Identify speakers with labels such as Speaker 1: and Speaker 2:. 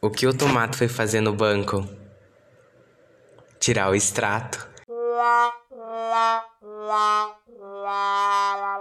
Speaker 1: O que o Tomato foi fazer no banco? Tirar o extrato.
Speaker 2: la la la la la